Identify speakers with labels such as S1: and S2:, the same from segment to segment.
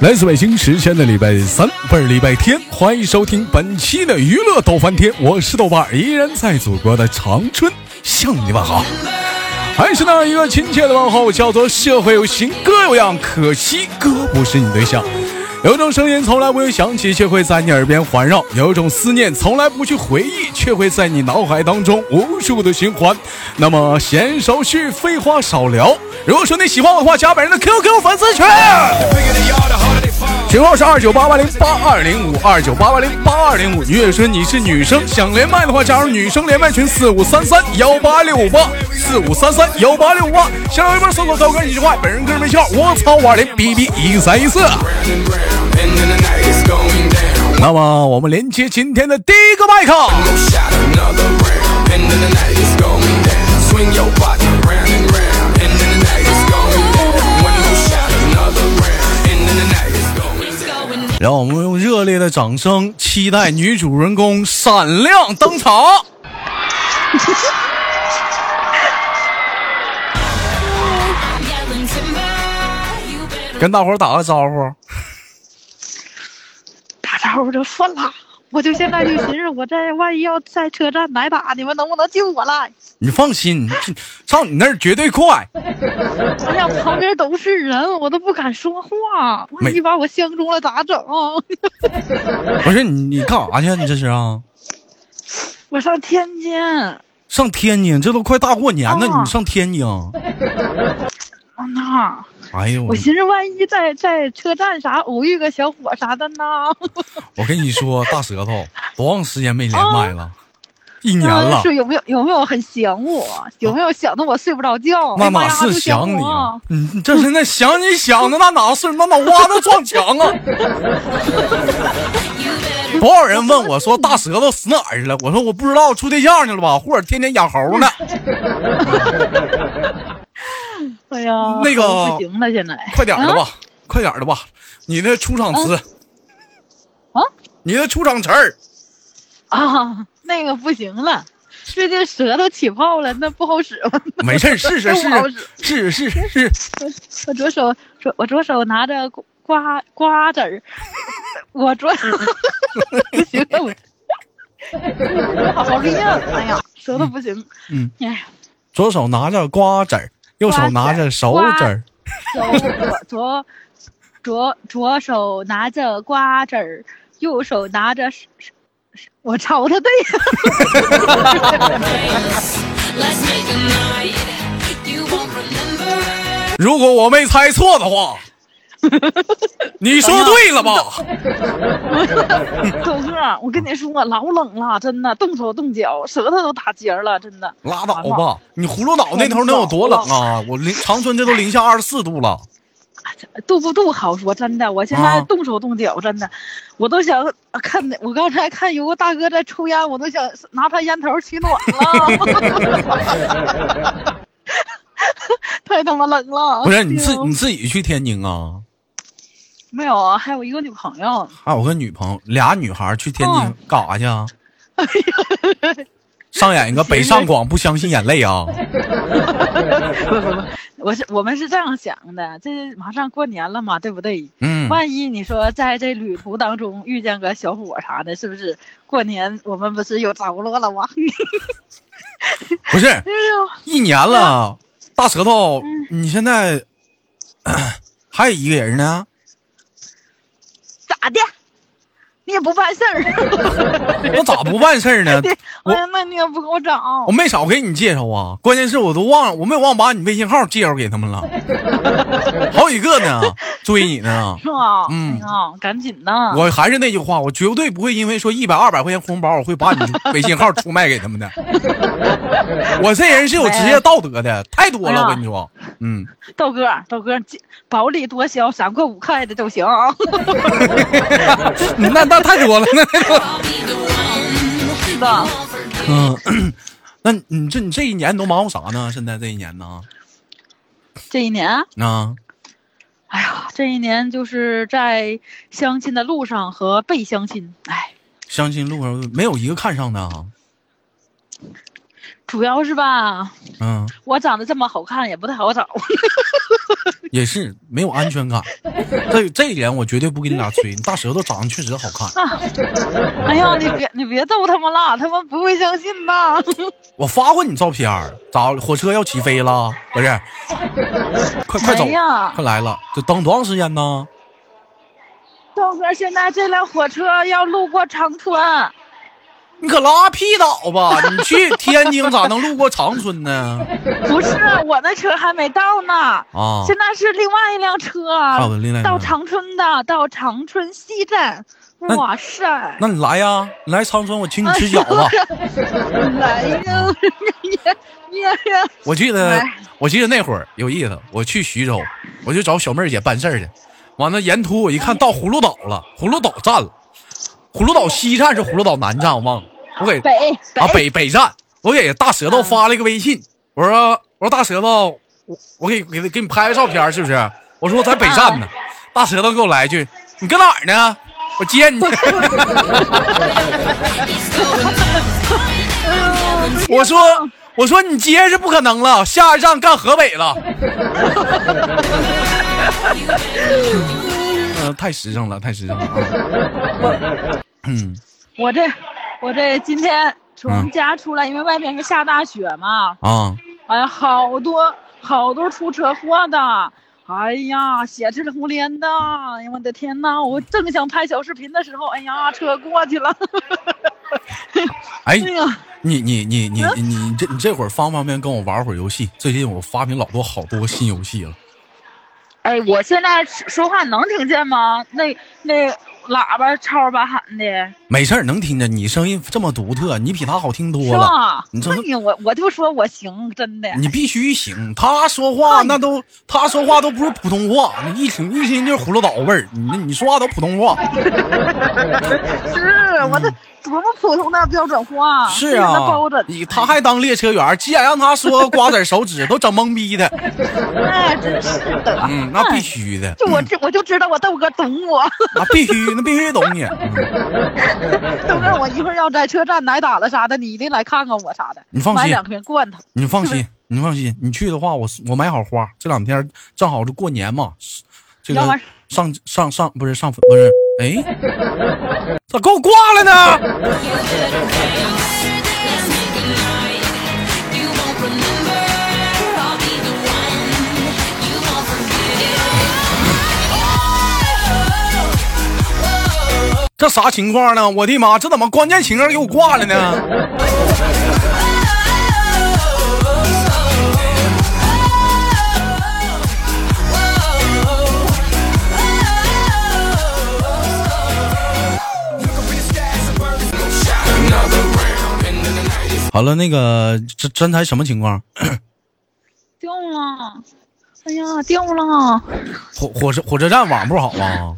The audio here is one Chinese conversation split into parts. S1: 来自北京时间的礼拜三，不是礼拜天，欢迎收听本期的娱乐逗翻天，我是豆瓣儿，依然在祖国的长春向你问好，还是那样一个亲切的问候，叫做社会有型哥有样，可惜哥不是你对象。有一种声音从来不会响起，却会在你耳边环绕；有一种思念从来不去回忆，却会在你脑海当中无数的循环。那么闲少叙，废话少聊。如果说你喜欢我的话，加本人的 QQ 粉丝群。群号是二九八八零八二零五二九八八零八二零五。月说你是女生，想连麦的话，加入女生连麦群四五三三幺八六五八四五三三幺八六五八。新浪微博搜索高哥一句话，本人个人微信号我操五二零 B B 一三一四。那么我们连接今天的第一个麦克。让我们用热烈的掌声期待女主人公闪亮登场。跟大伙儿打个招呼，
S2: 打招呼就算了。我就现在就寻思，我在万一要在车站挨打，你们能不能救我来？
S1: 你放心，这上你那儿绝对快。
S2: 哎呀，旁边都是人，我都不敢说话，
S1: 没
S2: 万一把我相中了咋整？
S1: 不是你，你干啥去啊？你这是啊？
S2: 我上天津，嗯
S1: 上天津，这都快大过年了，
S2: 啊
S1: 你上天 津？
S2: 呐，
S1: 哎呦，
S2: 我寻思万一在在车站啥偶遇个小伙啥的呢？
S1: 我跟你说，大舌头， 多长时间没连麦
S2: 哦
S1: 了？一年了。
S2: 是有没有有没有很想我？有没有想的我睡不着觉？
S1: 那
S2: 哎妈
S1: 哪
S2: 呀
S1: 是
S2: 就想
S1: 想你啊
S2: 我？
S1: 你你这现在想你想的那哪是那脑瓜子撞墙 啊！多少人问我说大舌头死哪儿去了？我说我不知道，处对象去了吧，或者天天养猴呢。
S2: 嗯哎呀，
S1: 那个
S2: 不行了，现在
S1: 快点儿的吧，快点儿的吧，你的出场词，
S2: 啊
S1: 你的出场词儿，
S2: 啊，那个不行了，最近舌头起泡了，那不好使了。
S1: 没事儿，试试
S2: 哎我好
S1: 试试试试试，
S2: 我左手左我左手拿着瓜瓜子儿， 我左 不行了，我 好厉害！哎呀，舌头不行，
S1: 嗯，
S2: 哎呀，
S1: 左手拿着瓜子儿，右手拿着手指儿，
S2: 左左左左手拿着瓜子儿，右手拿着手，手手我操他对呀！
S3: Let's make a night you won't remember.
S1: 如果我没猜错的 话，你说对了吧？
S2: 豆哥，我跟你说，老冷了，真的，动手动脚，舌头都打结儿了，真的。
S1: 拉倒吧，你葫芦岛那头能有多冷啊？我零长春这都零下二十四度了，
S2: 度不度好说，真的，我现
S1: 啊
S2: 在动手动脚，真的，我都想啊看那，我刚才看有个大哥在抽烟，我都想拿他烟头取暖了， 太他妈冷了。
S1: 不哦是你
S2: 哎
S1: 自
S2: 呦
S1: 你自己去天津啊？
S2: 没有啊？还有一个女朋 友，
S1: 啊，我跟女朋友俩女孩儿去天津
S2: 嗯
S1: 干啥去啊？上演一个北上广不相信眼泪 啊！
S2: 不不不，我是我们是这样想的，这马上过年了嘛，对不对？
S1: 嗯，
S2: 万一你说在这旅途当中遇见个小伙啥的，是不是过年我们不是有着落了吗？
S1: 不是
S2: 哎呦，
S1: 一年了，大舌头，你现在 咳还有一个人呢？
S2: 咋的？你也不办事儿。
S1: 我咋不办事儿呢？我
S2: 哎呀，那你也不给我找
S1: 我，没少给你介绍啊，关键是我都忘了，我没忘把你微信号介绍给他们了，好几个呢，追你呢。
S2: 是吧？
S1: 嗯
S2: 哎呀，赶紧呐！
S1: 我还是那句话，我绝对不会因为说一百二百块钱红包，我会把你微信号出卖给他们的。我这人是有职业道德的，太多了，我跟你说，嗯，
S2: 豆哥，豆哥，这薄利多销，三块五块的都 行啊。
S1: 那那太多了，那太多了。
S3: I'll be the one
S2: 是的，
S3: won't forget.
S1: 嗯，那你这你这一年都忙活啥呢？现在这一年呢？
S2: 这一年，
S1: 啊，
S2: 哎呀，这一年就是在相亲的路上和被相亲，哎，
S1: 相亲路上没有一个看上的啊。
S2: 主要是吧，
S1: 嗯，
S2: 我长得这么好看也不太好找。
S1: 也是没有安全感。这这一点我绝对不跟你俩吹，你大舌头长得确实好看。
S2: 哎呀，你别你别逗他们了，他们不会相信的。
S1: 我发过你照片儿，咋火车要起飞了？不 是，快快走，
S2: 哎呀
S1: 快来了，这等多长时间呢？
S2: 豆哥，现在这辆火车要路过长春，
S1: 你可拉屁倒 吧！你去天津咋能路过长春呢？
S2: 不是我的车还没到呢。
S1: 啊，
S2: 现在是另外一辆车，
S1: 有哦另外一辆
S2: 到长春的，到长春西站。
S1: 那
S2: 哇塞！
S1: 那你来呀，你来长春，我请你吃饺子。
S2: 哎来呀！你呀呀！
S1: 我记得
S2: 来，
S1: 我记得那会儿有意思，我去徐州，我就找小妹儿姐办事儿去。完了，沿途我一看到葫芦岛了，葫芦岛站了，葫芦岛西站是葫芦岛南站，我忘了。我给
S2: 北
S1: 啊北北站，我给大舌头发了一个微信，我说我说大舌头，我我给给给你拍个照片是不是？我说我在北站呢，大舌头给我来一句，你搁哪儿呢？我接你。 我说我说你接是不可能了，下一站干河北了。 嗯、太实诚了，太实诚了啊！嗯
S2: 我这我这今天
S1: 嗯
S2: 从家出来，因为外边是下大雪嘛，
S1: 啊，
S2: 哎呀，好多好多出车祸的，哎呀，血赤红脸的，哎呀，我的天呐，我正想拍小视频的时候，哎呀，车过去了，
S1: 哎
S2: 哎，呀，
S1: 你你你你你你这你这会儿方不方便跟我玩会儿游戏？最近我发明老多好多新游戏了。
S2: 哎，我现在说话能听见吗？那那喇叭吵吧喊的，
S1: 没事儿，能听着你声音这么独特，你比他好听
S2: 是
S1: 多了。
S2: 吧？
S1: 你这
S2: 哎呀，我我就说我行，真的。
S1: 你必须行，他说话那都他说话都不是普通话，你一听一听就是葫芦岛味儿。你你说话都普通话，
S2: 是我这多么普通的标准话，
S1: 嗯是
S2: 非常地
S1: 啊
S2: 包着，
S1: 你他还当列车员，急眼让他说瓜子手指都整懵逼的，
S2: 哎，真是的，哎
S1: 嗯，那必须 的，
S2: 就我这我就知道我豆哥懂我，
S1: 那必须那必须懂你。嗯
S2: 豆哥我一会儿要在车站挨打了啥的，你一定来看看我啥的，
S1: 你放心
S2: 买两瓶罐头，
S1: 你放心，你放心，你去的话，我我买好花。这两天正好是过年嘛，这
S2: 要不
S1: 个
S2: 然
S1: 上上上不是上不是，哎，咋给我挂了呢？这啥情况呢？我的妈，这怎么关键情况给我挂了呢？好了，那个这真才什么情况？
S2: 掉了。哎呀，掉了！
S1: 火火车火车站网不好啊？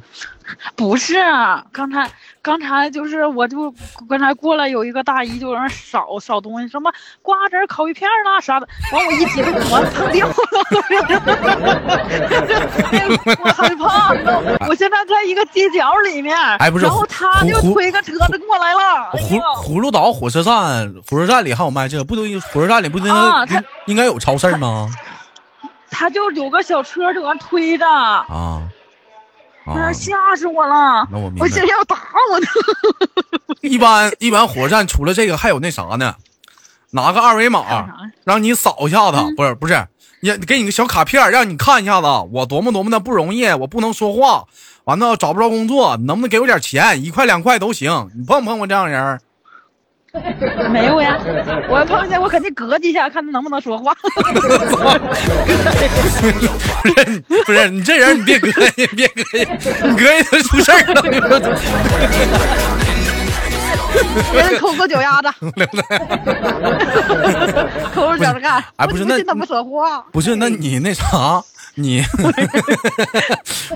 S2: 不是，刚才刚才就是我就刚才过来有一个大姨就在那扫扫东西，什么瓜子儿烤鱼片儿啦啥的，完我一激动，我蹭掉了，我害怕，你知道吗我现在在一个街角里面，
S1: 哎不是
S2: 然后他
S1: 胡
S2: 就
S1: 胡
S2: 推个车子过来了，哎
S1: 葫
S2: 呦，
S1: 葫芦岛火车站，火车站里还有卖这，不都火车站里不都应
S2: 啊
S1: 该
S2: 它
S1: 应该有超市吗？
S2: 他就有个小车就往推着，
S1: 啊
S2: 哎呀
S1: 啊！
S2: 吓死我了，
S1: 那我明白
S2: 哎我心里要打我呢，
S1: 一般一般火车站除了这个还有那啥呢？拿个二维
S2: 干
S1: 码
S2: 啥呀
S1: 让你扫一下子，不是不是，也给你个小卡片儿，让你看一下子，我多么多么的不容易，我不能说话，完了找不着工作，能不能给我点钱，一块两块都行，你碰不碰我这样人儿？
S2: 没有呀，我碰见我肯定咯叽一下，看他能不能说话。
S1: 不是不是，你这人你别膈应，别膈应，你膈应就出事儿了。
S2: 别人抠个脚 丫子， 抠个脚子干。
S1: 哎不是
S2: 我就
S1: 那
S2: 信他不啊说话，
S1: 不是，那你那啥，你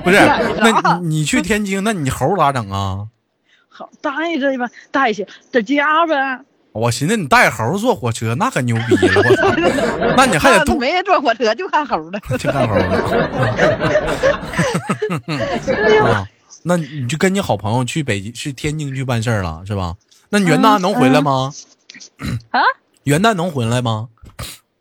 S1: 不是？那你你去天津，那你猴咋整啊？
S2: 好带着吧，带去在家呗。
S1: 我寻思你带猴坐火车，那可牛逼了！我操， 那你还得
S2: 那
S1: 多
S2: 没人坐火车，就看猴的。
S1: 去干猴了
S2: 哎 呦，
S1: 啊？那你就跟你好朋友去北京、去天津去办事儿了，是吧？那你元旦能回来吗？
S2: 嗯啊？
S1: 元旦能回来吗？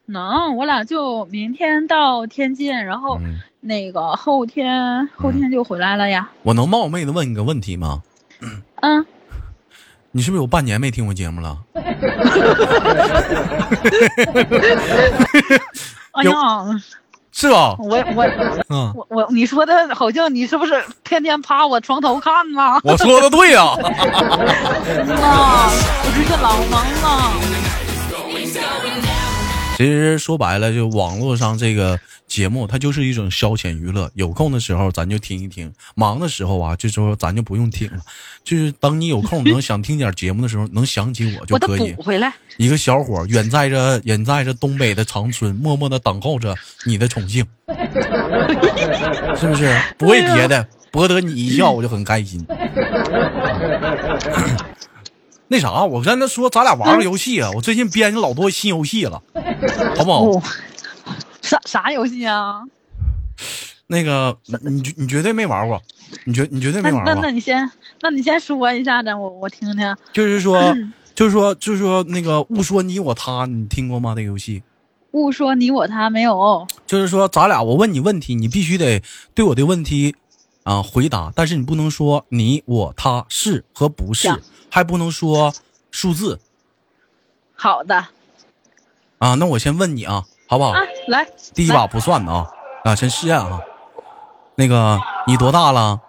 S2: 能，我俩就明天到天津，然后
S1: 嗯
S2: 那个后天后天就回来了呀。
S1: 我能冒昧的问你个问题吗？
S2: 嗯，
S1: 你是不是有半年没听我节目了？
S2: 哎
S1: 有
S2: 呀，
S1: 是吧？
S2: 我我
S1: 嗯，
S2: 我我，你说的好像你是不是天天趴我床头看呐？
S1: 我说的对呀、嗯
S2: 啊，我这个老啊忙了。
S1: 其实说白了，就网络上这个节目，它就是一种消遣娱乐。有空的时候咱就听一听，忙的时候啊，就说咱就不用听了。就是等你有 空能想听点节目的时候，能想起我就
S2: 我得
S1: 可以
S2: 补。回来，
S1: 一个小伙儿远在这远在这东北的长春，默默的等候着你的宠幸，是不是？不为别的，博得你一笑我就很开心。 那啥，我跟他说，咱俩玩玩游戏啊！我最近编辑老多新游戏了，好不好？
S2: 哦，啥啥游戏啊？
S1: 那个，你你绝你绝对没玩过，你绝你绝对
S2: 那
S1: 没玩
S2: 那
S1: 过
S2: 那。你先，那你先说一下子，我我听听。
S1: 就是说，
S2: 嗯
S1: 就是说，就是说，那个勿说你我他，你听过吗？这个游戏
S2: 勿说你我他没有，
S1: 就是说，咱俩我问你问题，你必须得对我的问题啊、回答，但是你不能说你我他是和不是
S2: 行，
S1: 还不能说数字
S2: 好的
S1: 啊。那我先问你啊，好不好？
S2: 啊，来，
S1: 第一把不算的啊啊，先试验啊。那个，你多大了？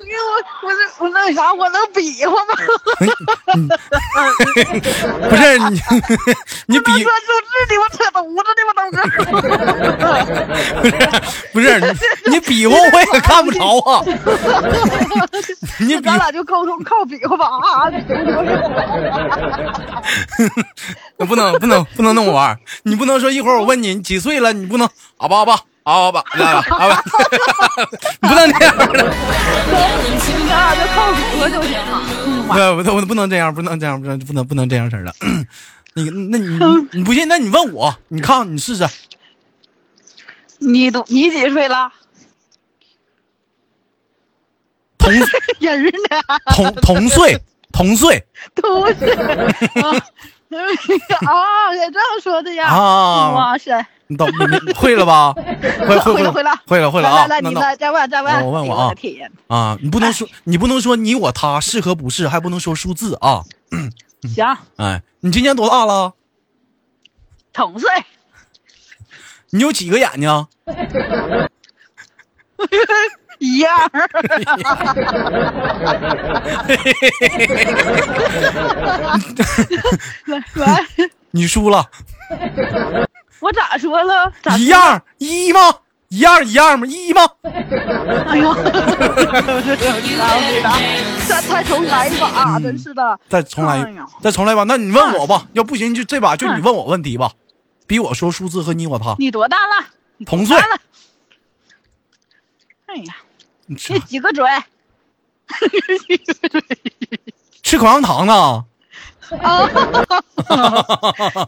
S2: 因为我我这我那啥，我能比划吗？
S1: 不是你， 你比
S2: 我说数字的，我扯犊子的，我都是。
S1: 不是你，你比划我也看不着啊。你
S2: 那
S1: 比
S2: 咱俩就沟通靠比划吧 啊！
S1: 不能不能不能那么玩儿，你不能说一会儿我问你你几岁了，你不能啊吧啊吧啊吧来吧啊吧，你不能这样 的，
S2: 咱俩就靠比划就行了。
S1: 不不不不能这 样，不能这样，不能不能不能这样式儿的。那个，那你你不信？那你问我，你看你试试。
S2: 你都你几岁了？
S1: 同
S2: 人呢？
S1: 同同岁同岁
S2: 都 是啊啊，也这样说的呀！
S1: 啊
S2: 哇塞！
S1: 你懂你你会了吧？ 会会
S2: 会了
S1: 会了会了
S2: 来
S1: 啊！
S2: 来来，
S1: 那
S2: 你
S1: 那
S2: 来再问再问。
S1: 我问我
S2: 哎
S1: 啊
S2: 我的天，
S1: 啊，你不能说你不能说你我他是和不是，还不能说数字啊！
S2: 行，
S1: 哎，你今年多大了？
S2: 同岁。
S1: 你有几个眼睛？
S2: 一样儿，来来，
S1: 你输了。
S2: 我咋说了？咋说
S1: 一样儿一吗？一样儿一样儿吗？一吗？
S2: 哎呦，我这我知道，我知道，再再重来一把，真是的。
S1: 再重来
S2: 哎呦，
S1: 再重来吧。那你问我吧，要不行就这把就你问我问题吧，逼我说数字和你我他
S2: 你多大了？你
S1: 同
S2: 多
S1: 岁
S2: 大。了？哎呀，
S1: 你吃
S2: 这几个嘴？
S1: 吃口香糖呢？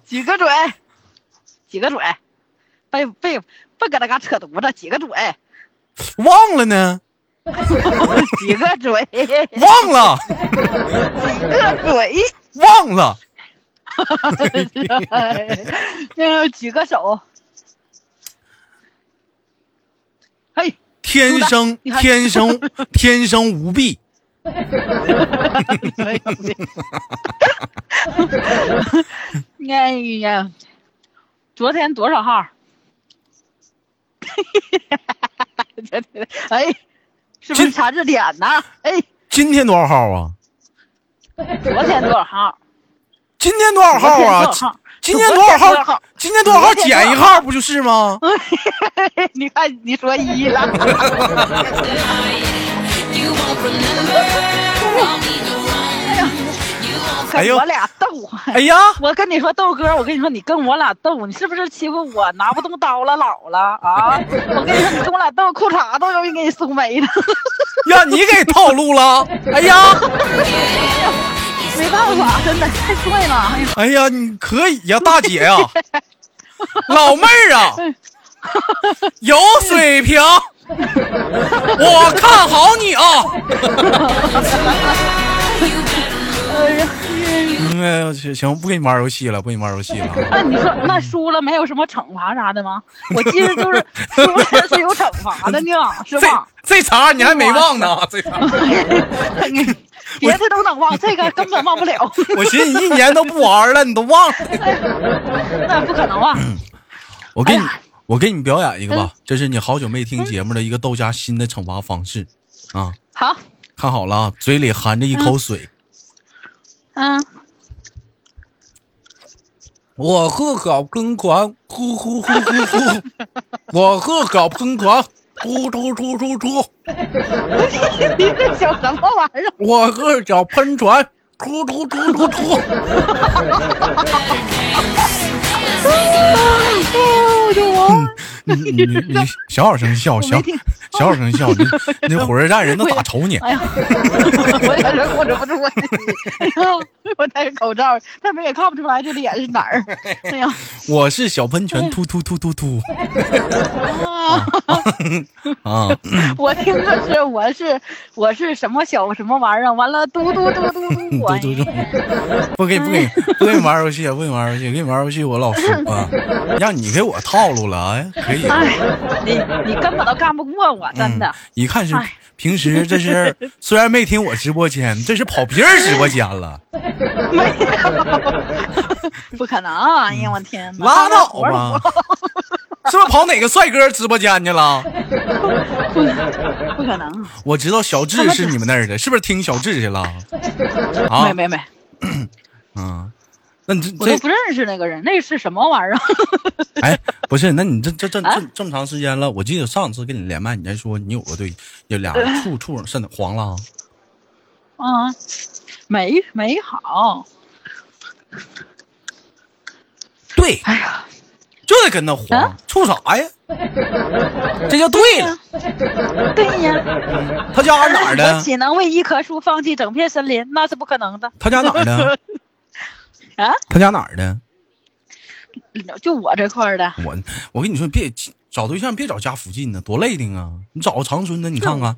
S2: 几个嘴？几个嘴？别别别搁那嘎扯犊子！几个嘴？
S1: 忘了呢？
S2: 几个嘴？几
S1: 忘了，
S2: 个嘴？
S1: 忘了。
S2: 那 举个手。嘿，
S1: 天生
S2: 你还
S1: 天生天生无弊，
S2: 哎呀，昨天多少号？ 哎，是不是
S1: 今
S2: 查字典呢？哎，
S1: 今天多少号啊？
S2: 昨天多少号？
S1: 今天多少号啊
S2: 昨天多少号？
S1: 今天多少号今天多
S2: 昨天多少号？
S1: 少号嗯
S2: 昨天多少
S1: 减一
S2: 号
S1: 号不就是吗？
S2: 你看你说一了，
S1: 哎
S2: 跟
S1: 呦
S2: 我俩斗。啊
S1: 哎呀，
S2: 我跟你说，豆哥，我跟你说，你跟我俩斗，你是不是欺负我拿不动刀了，老了 啊？我跟你说，你跟我俩斗，裤衩都容易给你输没了，
S1: 让你给套路了。哎呀。
S2: 没办法，真的太帅了。哎呀，
S1: 哎呀，你可以呀、大姐呀、老妹儿啊，有水平，我看好你啊！
S2: 哎呀，
S1: 听啊，行行，不跟你玩游戏了，不跟你玩游戏了 啊。
S2: 那你说那输了没有什么惩罚啥的吗？我记得就是输了是有惩罚的呢，是
S1: 这
S2: 吧？
S1: 这茬你还没忘呢？这茬，
S2: 哎别的都能忘，这个根本忘不了，
S1: 我寻思你一年都不玩了，你都忘了。
S2: 那不可能忘。
S1: 我给你
S2: 哎呀，
S1: 我给你表演一个吧，这是你好久没听节目的一个豆家新的惩罚方式啊！
S2: 好，
S1: 看好了啊，嘴里含着一口水，
S2: 嗯，
S1: 我喝好疯狂，呼呼呼呼呼，我喝好疯狂，呼出出出出，
S2: 你这小什么玩意儿？
S1: 我喝小喷泉，出出出出出。
S2: 哎呦，我就忘了。
S1: 你你你小小声笑，小
S2: 没听
S1: 小小声笑，那那火车站 人都打瞅你。
S2: 哎呀，我也是控制不住我自己。哎呦，我戴着口罩，他们也看不出来这脸是哪 儿。哎呀，
S1: 我是小喷泉，突突突突突
S2: 啊！
S1: 啊！
S2: 我听的是我是我是什么小什么玩意儿，完了嘟嘟嘟嘟嘟我。
S1: 嘟嘟嘟，不给不给不给你玩游戏，不给你玩游戏，跟你玩游戏我老输啊，让你给我套路了，哎，可以，
S2: 哎，你你根本都干不过我，真的。
S1: 嗯一看是
S2: 哎
S1: 平时这 是虽然没听我直播间，这是跑别人直播间 了，嗯
S2: 没有，不可能！哎呀，我天哪！
S1: 拉倒吧，是不是跑哪个帅哥直播间去了？
S2: 不可，不可能！
S1: 我知道小智是你们那儿的，是不是听小智去 了？啊
S2: 没，没没，
S1: 嗯，那你
S2: 我
S1: 这
S2: 都
S1: 这
S2: 不认识那个人，那是什么玩意儿？
S1: 哎，不是，那你这这这
S2: 啊
S1: 这这么长时间了，我记得上次跟你连麦，你还说你有个对有俩处处甚黄了啊，
S2: 啊，没没好。
S1: 对，
S2: 哎呀，
S1: 就得跟他黄
S2: 啊，
S1: 处啥 呀？这就对了，
S2: 对呀，
S1: 他家哪儿
S2: 我
S1: 的？
S2: 岂能为一棵树放弃整片森林？那是不可能的。
S1: 他家哪儿的？
S2: 啊，
S1: 他家哪儿的？
S2: 就我这块儿的，
S1: 我我跟你说，别找对象，别找家附近的，多累的啊！你找个长春的，你看看，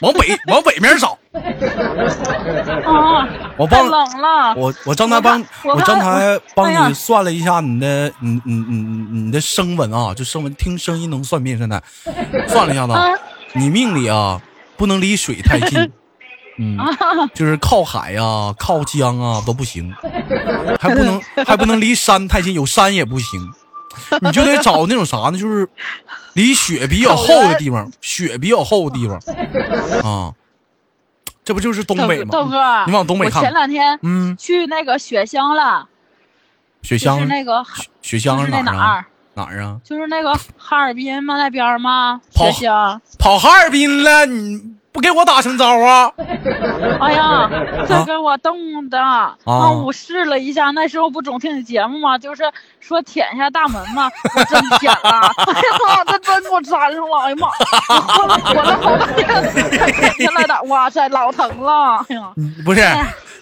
S1: 往北往北面找。
S2: 啊，
S1: 我
S2: 太
S1: 帮
S2: 冷了。
S1: 我我刚才帮
S2: 我
S1: 我
S2: 怕
S1: 刚才
S2: 哎
S1: 帮
S2: 呀
S1: 你算了一下你的你你你你你的声纹啊，就声纹听声音能算命，现在算了一下子啊
S2: 啊，
S1: 你命里啊不能离水太 近，
S2: 啊
S1: 嗯，就是靠海啊、靠江啊都不行，还不 能还不能离山太近，有山也不行，你就得找那种啥呢，就是离雪比较厚的地方，雪比较厚的地方啊，这不就是东
S2: 豆
S1: 北
S2: 哥，
S1: 吗？
S2: 豆哥，
S1: 你往东北
S2: 我
S1: 看
S2: 前两天
S1: 嗯，
S2: 去那个雪乡了，
S1: 雪
S2: 就
S1: 乡
S2: 是那个
S1: 雪乡
S2: 就是那
S1: 哪
S2: 哪
S1: 啊
S2: 儿？
S1: 哪儿啊？
S2: 就是那个哈尔滨嘛那边儿嘛，
S1: 跑
S2: 雪乡。
S1: 跑哈尔滨了，你不给我打声招呼啊？
S2: 哎呀，这给我冻的啊！我试了一下，那时候不总听你节目吗？就是说舔一下大门嘛，我真舔了， 哎呀，这真给我粘上了！哎呀妈，我活了活了好半 天才舔下来的，哇塞，老疼了！哎呀，
S1: 你不是，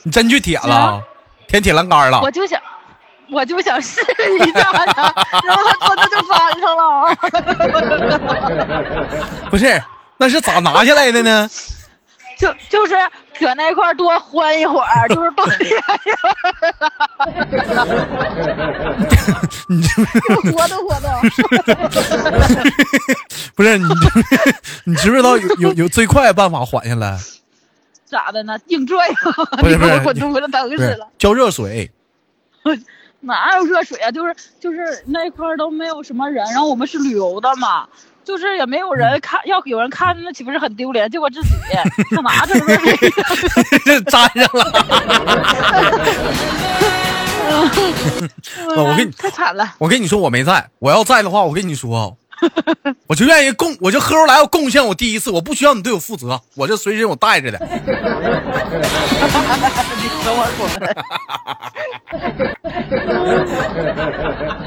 S1: 你真去铁了
S2: 啊，
S1: 舔铁栏杆了
S2: 我？就想。我就想试一下呢，然后它它就粘上了，
S1: 不是，那是咋拿下来的呢？
S2: 就就是搁那块儿多欢一会儿，就是多舔一会儿。
S1: 你这
S2: 活动活动。
S1: 不是你这，你知不知 道有有有最快的办法缓下来？
S2: 咋的呢？硬拽呀！
S1: 不是
S2: 你
S1: 不
S2: 给
S1: 是
S2: 我滚出来疼
S1: 不
S2: 死
S1: 是
S2: 了！，
S1: 浇热水。
S2: 哪有热水啊？就是就是那块儿都没有什么人，然后我们是旅游的嘛，就是也没有
S1: 嗯
S2: 人看，要有人看那岂不是很丢脸？结果自己干嘛去 了？
S1: 这粘上了。我跟你
S2: 太惨了，
S1: 我跟你说，我没在，我要在的话，我跟你 说，我就愿意贡，我就喝出来我贡献我第一次，我不需要你对我负责，我这随身我带着的。
S2: 你等我 滚！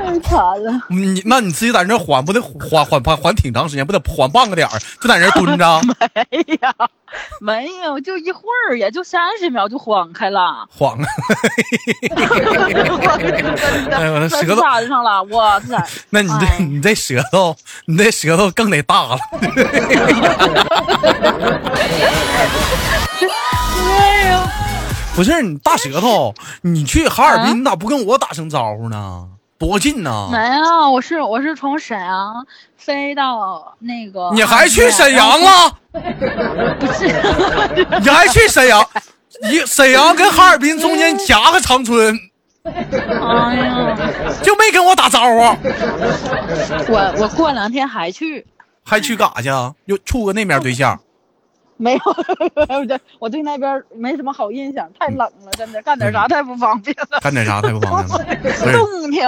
S2: 太惨了，
S1: 你那你自己在那缓，不得缓缓缓缓挺长时间，不得缓半个点儿，就在那儿蹲 着
S2: 哎呀， 没有，就一会儿，也就三十秒就晃开了。
S1: 晃啊。 哎我
S2: 我
S1: 的
S2: 的
S1: 舌头
S2: 粘上了，哇塞！
S1: 那你这、
S2: 哎
S1: 你这舌头，你这舌头更得大了。
S2: 哎呦，
S1: 不是你大舌头，你去哈尔滨，你咋不跟我打声招呼呢？多近呐！
S2: 没有，我是我是从沈阳飞到那个，
S1: 你还去沈阳？了？
S2: 不是，
S1: 你还去沈阳？你沈阳跟哈尔滨中间夹个长春，
S2: 哎呀，
S1: 就没跟我打招呼，
S2: 我我过两天还去，
S1: 还去干啥去啊？又处个那面对象？
S2: 没有， 我就我对那边没什么好印象，太冷了，真的干点啥太不方便了，
S1: 干点啥太不方便了？不是，
S2: 冻挺。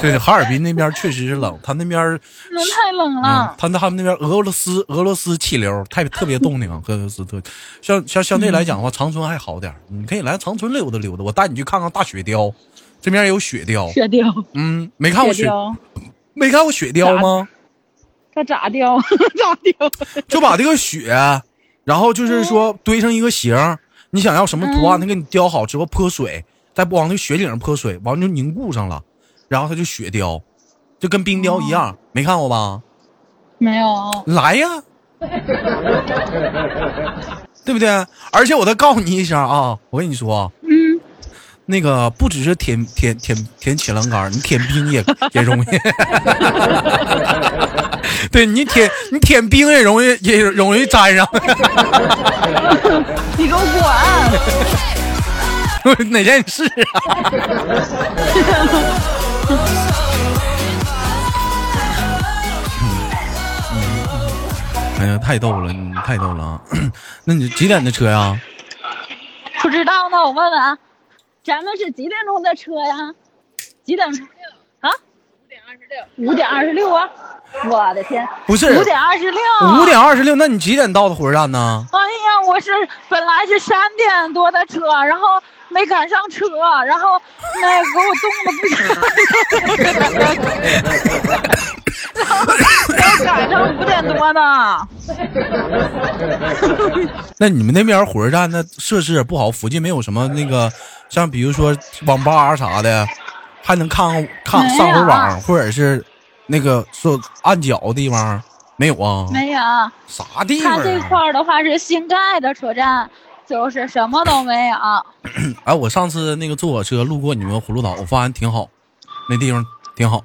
S1: 对哈尔滨那边确实是冷，他那边
S2: 那太冷
S1: 嗯
S2: 了，。
S1: 他那他们那边俄罗斯俄罗斯气流 太特别冻挺，俄罗斯特相相相对来讲的话，长春还好点儿你可以来长春溜达溜达，我带你去看看大雪雕，这边有雪雕，
S2: 雪雕，
S1: 嗯，没看过
S2: 雪
S1: 雪
S2: 雕，
S1: 没看过雪雕吗？
S2: 这咋 雕？咋嗯雕？
S1: 就把这个雪，然后就是说堆成一个形儿，你想要什么图
S2: 嗯
S1: 案，他给你雕好之后泼水，再不往那个雪顶上泼水，完了就凝固上了，然后它就雪雕，就跟冰雕一样，
S2: 哦
S1: 没看过吧？
S2: 没有，
S1: 来呀， 对不对？而且我再告诉你一声啊，我跟你说，
S2: 嗯，
S1: 那个不只是舔舔舔舔铁栏杆儿，你舔冰也也容易。 对你舔你舔冰也容易也容易粘上，
S2: 你给我 滚！
S1: 哪件事啊？哎呀，太逗了，你太逗了啊！ 那你几点的车呀、
S2: 不知道呢，我问问啊，咱们是几点钟的车呀？几点钟？啊？五点二十六。五点二十六啊！我的天，
S1: 不是
S2: 五点啊二十六。
S1: 嗯五。点二十六，那你几点到的火车站呢？
S2: 哎呀，我是本来是三点多的车，然后没赶上车，然后那给我冻的不行， 然后赶上五点多的。
S1: 那你们那边火车站那设施也不好，附近没有什么那个，像比如说网吧啊啥的，还能看看看
S2: 没有
S1: 上会网，或者是那个说按脚的地方没有啊？
S2: 没有，
S1: 啥地方、
S2: 它这块
S1: 啊？
S2: 儿的话是新盖的车站，就是什么都没有。
S1: 哎，我上次那个坐火车路过你们葫芦岛，我发现挺好，那地方挺好，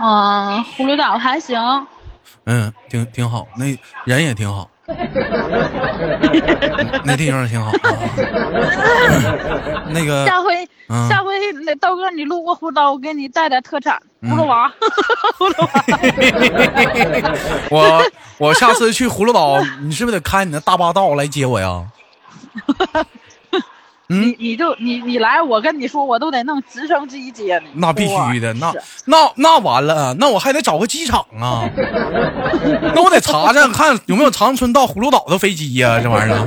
S2: 嗯，葫芦岛还行，
S1: 嗯，挺挺好，那人也挺好， 嗯那地方挺好。啊、 那个
S2: 下回、
S1: 嗯
S2: 下回那豆哥你路过葫芦岛，我给你带点特产，
S1: 嗯
S2: 葫芦娃，葫芦娃。
S1: 我我下次去葫芦岛，你是不是得开你的大巴道来接我呀？
S2: 你你就你你来，我跟你说，我都得弄直升机接你。
S1: 那必须的，
S2: 哇
S1: 那嗯
S2: 是
S1: 那那完了，那我还得找个机场 啊，那我得查查看有没有长春到葫芦岛的飞机呀、这玩意儿。啊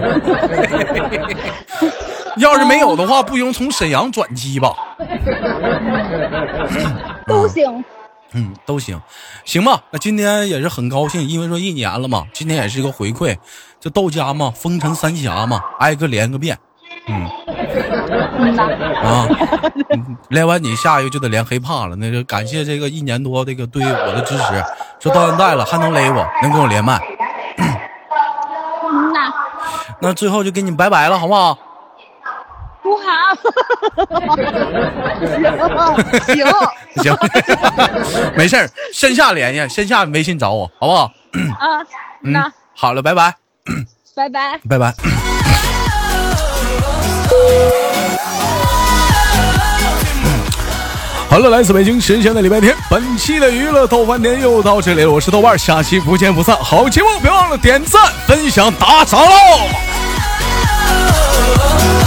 S1: 要是没有的话，不用从沈阳转机吧？
S2: 都行。
S1: 嗯，都行，行吧。那今天也是很高兴，因为说一年了嘛，今天也是一个回馈。这豆家嘛，风城三峡嘛，挨个连个遍
S2: 嗯呐，
S1: 啊。嗯连完你下一个就得连黑怕了。那个感谢这个一年多这个对我的支持，说到现在了还能勒我，能跟我连麦。
S2: 嗯呐，
S1: 那最后就跟你拜拜了，好不好？
S2: 不 好。行行，
S1: 行， 没事儿，线下联系，线下微信找我，好不好？嗯
S2: 啊，那
S1: 好了，拜拜，
S2: 拜拜。
S1: 拜拜。
S4: 好了，来自北京时间的礼拜天，本期的娱乐豆瓣天又到这里了，我是豆瓣儿，下期不见不散。好节目，别忘了点赞、分享、打赏喽！
S3: Oh,